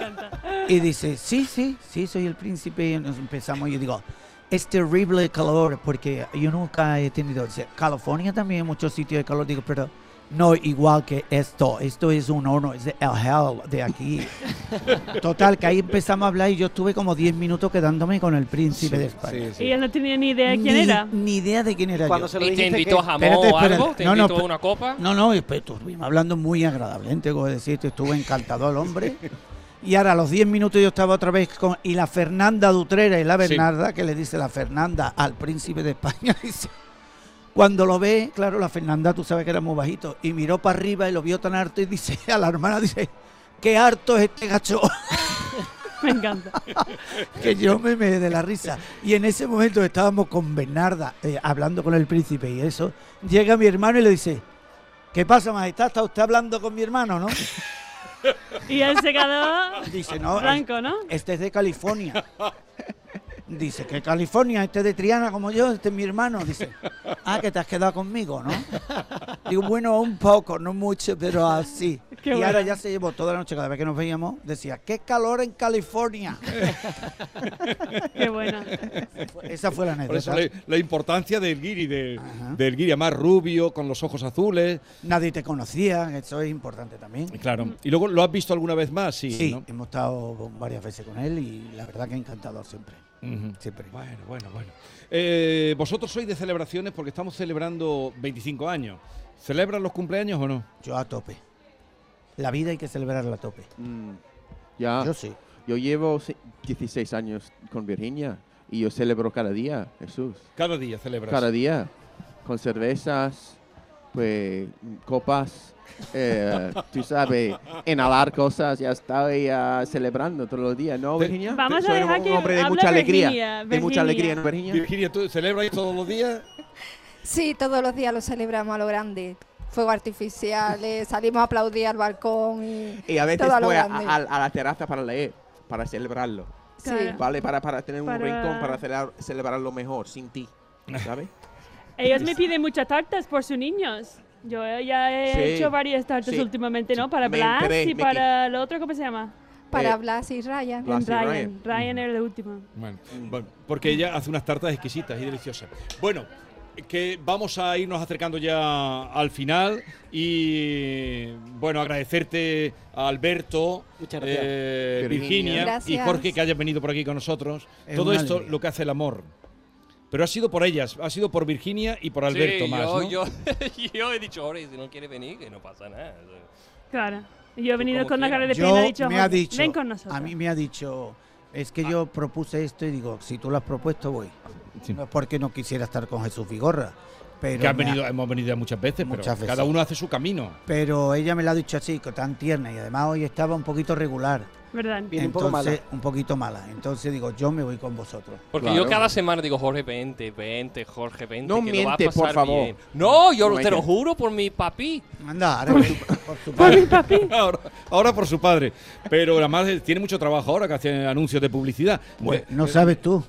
y dice, sí, sí, sí, soy el príncipe. Y nos empezamos. Yo digo, es terrible el calor porque yo nunca he tenido. dice, California también, muchos sitios de calor. Digo, pero no igual que esto. Esto es un horno, es el hell de aquí. Total, que ahí empezamos a hablar y yo estuve como 10 minutos quedándome con el príncipe de España. Y él no tenía ni idea quién Ni- era. Ni idea de quién era Cuando yo. se lo ¿Y te invitó a jamón o algo? ¿Te No, no, invitó a pero- una copa? No, no, espe- estuvimos hablando muy agradablemente, como decirte, estuvo encantado el <laughs> hombre. Y ahora a los 10 minutos yo estaba otra vez con... Y la Fernanda Dutrera y la Sí. Bernarda, que le dice la Fernanda al príncipe de España, <laughs> dice... Cuando lo ve, claro, la Fernanda, tú sabes que era muy bajito, y miró para arriba y lo vio tan harto y dice <laughs> a la hermana, dice, qué harto es este gacho. Me encanta. que yo me me de la risa. Y en ese momento estábamos con Bernarda eh, hablando con el príncipe y eso. Llega mi hermano y le dice, ¿qué pasa, majestad? ¿Está usted hablando con mi hermano, no? Y él se quedó <laughs> Dice, no, blanco, ¿no? Este es de California. Dice que California, este es de Triana como yo, este es mi hermano. Dice, ah, que te has quedado conmigo, ¿no? Digo, bueno, un poco, no mucho, pero así. Qué y ahora bueno. ya se llevó toda la noche, cada vez que nos veíamos, decía, qué calor en California. Qué buena. Esa fue la Por eso anécdota. la, la importancia del guiri, de- del guiri más rubio, con los ojos azules. Nadie te conocía, eso es importante también. Claro. ¿Y luego lo has visto alguna vez más? Sí, Mm. Sí, ¿no? hemos estado varias veces con él y la verdad que encantador siempre. Ujú. Siempre. Bueno, bueno, bueno. Eh, vosotros sois de celebraciones porque estamos celebrando 25 años. ¿Celebran los cumpleaños o no? Yo a tope. La vida hay que celebrarla a tope. Ya. Yo sí. Yo llevo se- 16 años con Virginia y yo celebro cada día, Jesús. Cada día celebras. Cada día. Con cervezas, pues copas, <laughs> eh, tú sabes, inhalar cosas, ya estoy ah, celebrando todos los días, ¿no, Virginia? Vamos a Soy dejar un que hombre de hable mucha alegría, Virginia, de mucha Virginia. alegría, ¿no, Virginia? Virginia, ¿tú celebras todos los días? Sí, todos los días lo celebramos a lo grande. Fuegos artificiales, salimos a aplaudir al balcón y, Y a veces todo a lo voy a, grande. a- a la terraza para leer, para celebrarlo. Sí. Claro. Vale, para, para tener un Para- rincón para celebrar, celebrar lo mejor sin ti. <laughs> ¿Sabes? Ellos me piden muchas tartas por sus niños. Yo ya he Sí, hecho varias tartas sí. últimamente, ¿no? Para Me Blas enteré, y Mickey. para el otro, ¿cómo se llama? Para Blas y Ryan. Blas y Ryan. Ryan. Ryan, era el último. Bueno, bueno, porque ella hace unas tartas exquisitas y deliciosas. Bueno, que vamos a irnos acercando ya al final y bueno, agradecerte a Alberto, gracias. eh, Virginia. Virginia y Gracias. Jorge que hayan venido por aquí con nosotros. Es Todo una esto lo que hace el amor. Pero ha sido por ellas, ha sido por Virginia y por Alberto Sí, más, yo, ¿no? yo, <laughs> yo he dicho, ahora, si no quiere venir, que no pasa nada. Claro. Y Yo he venido como con la cara de quieras. pena Yo he dicho, me ha "Jorge, dicho, ven con nosotros. a mí me ha dicho, es Ah. que yo propuse esto y digo, si tú lo has propuesto, voy. No es porque no quisiera estar con Jesús Vigorra, pero que han me ha- venido, hemos venido ya muchas veces, Este, pero Muchas veces. cada uno hace su camino. pero ella me lo ha dicho así, co- tan tierna y además hoy estaba un poquito regular. ¿Verdad? Entonces, Un poquito mala. Entonces digo, yo me voy con vosotros. Porque yo cada semana digo, Jorge, vente, vente, Jorge, vente. No que lo va a miente, por pasar favor. bien". No, yo No hay te lo que- juro por mi papi. Anda, ahora <laughs> ahora, ahora por su padre. Pero además eh, tiene mucho trabajo ahora que hace anuncios de publicidad. Bueno, De- no de- sabes tú.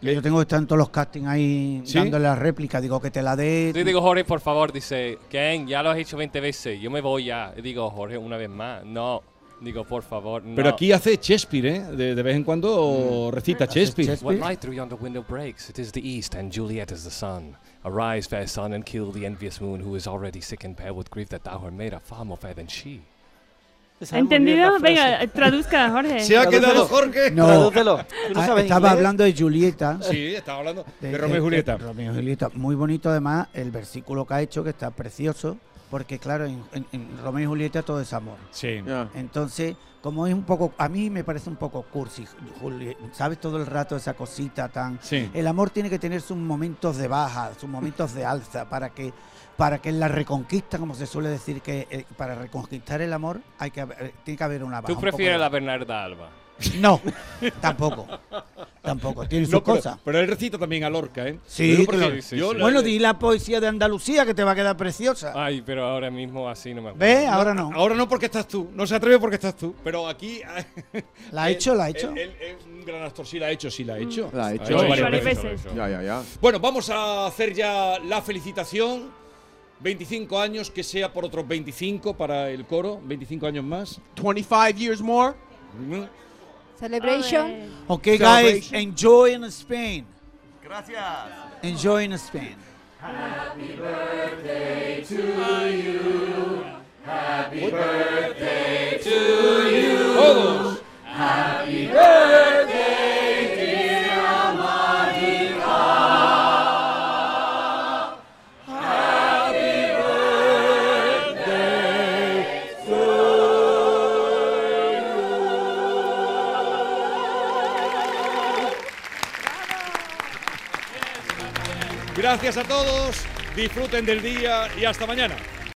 que Yo tengo que estar en todos los castings ahí ¿Sí? dándole la réplica. Digo que te la dé. Yo digo, Jorge, por favor, dice, Ken, ya lo has hecho 20 veces, yo me voy ya. Y digo, Jorge, una vez más, no. Digo, por favor, no. Pero aquí hace Shakespeare, ¿eh? De, de vez en cuando Mm. recita Shakespeare. What light through yonder window breaks? It is the east, and Juliet is the sun. Arise, fair sun, and kill the envious moon, who is already sick and pale with grief that thou her maid are far more fair than she. ¿Entendido? Venga, eh, traduzca, Jorge. No. no Ah, sabes estaba inglés? hablando de Julieta. Sí, estaba hablando de Romeo y Julieta. Romeo y Julieta. Muy bonito, además, el versículo que ha hecho, que está precioso. Porque, claro, en, en- en Romeo y Julieta todo es amor. Sí. Entonces, como es un poco. A mí me parece un poco cursi, Juli- ¿Sabes todo el rato esa cosita tan. Sí. El amor tiene que tener sus momentos de baja, sus momentos de alza, para que. Para que la reconquista, como se suele decir, que eh, para reconquistar el amor hay que haber- eh, tiene que haber una baja. ¿Tú un poco de prefieres baja. la Bernarda Alba? <laughs> No, tampoco. Tampoco, tiene sus No, pero- cosas. Pero él recita también a Lorca, ¿eh? Sí, Yo, por claro. ejemplo, yo la- bueno, di la poesía de Andalucía que te va a quedar preciosa. Ay, pero ahora mismo así no me acuerdo. ¿Ves? Ahora no. Ahora no porque estás tú, no se atreve porque estás tú, pero aquí... <laughs> ¿La ha Él- hecho? ¿La ha él- hecho? Él es un gran actor, sí, la ha hecho, sí, la ha hecho. La ha hecho. varias Varias veces. veces. Ya, ya, ya. Bueno, vamos a hacer ya la felicitación. 25 años, que sea por otros 25 para el coro, 25 años más. Mm. 25 years more. Celebration. Ok, Celebration. guys, enjoy in Spain. Gracias. Enjoy in Spain. Happy birthday to you. Happy birthday to you. Oh. Todos. Happy birthday, dear Amarica. Happy birthday Gracias a todos, disfruten del día y hasta mañana.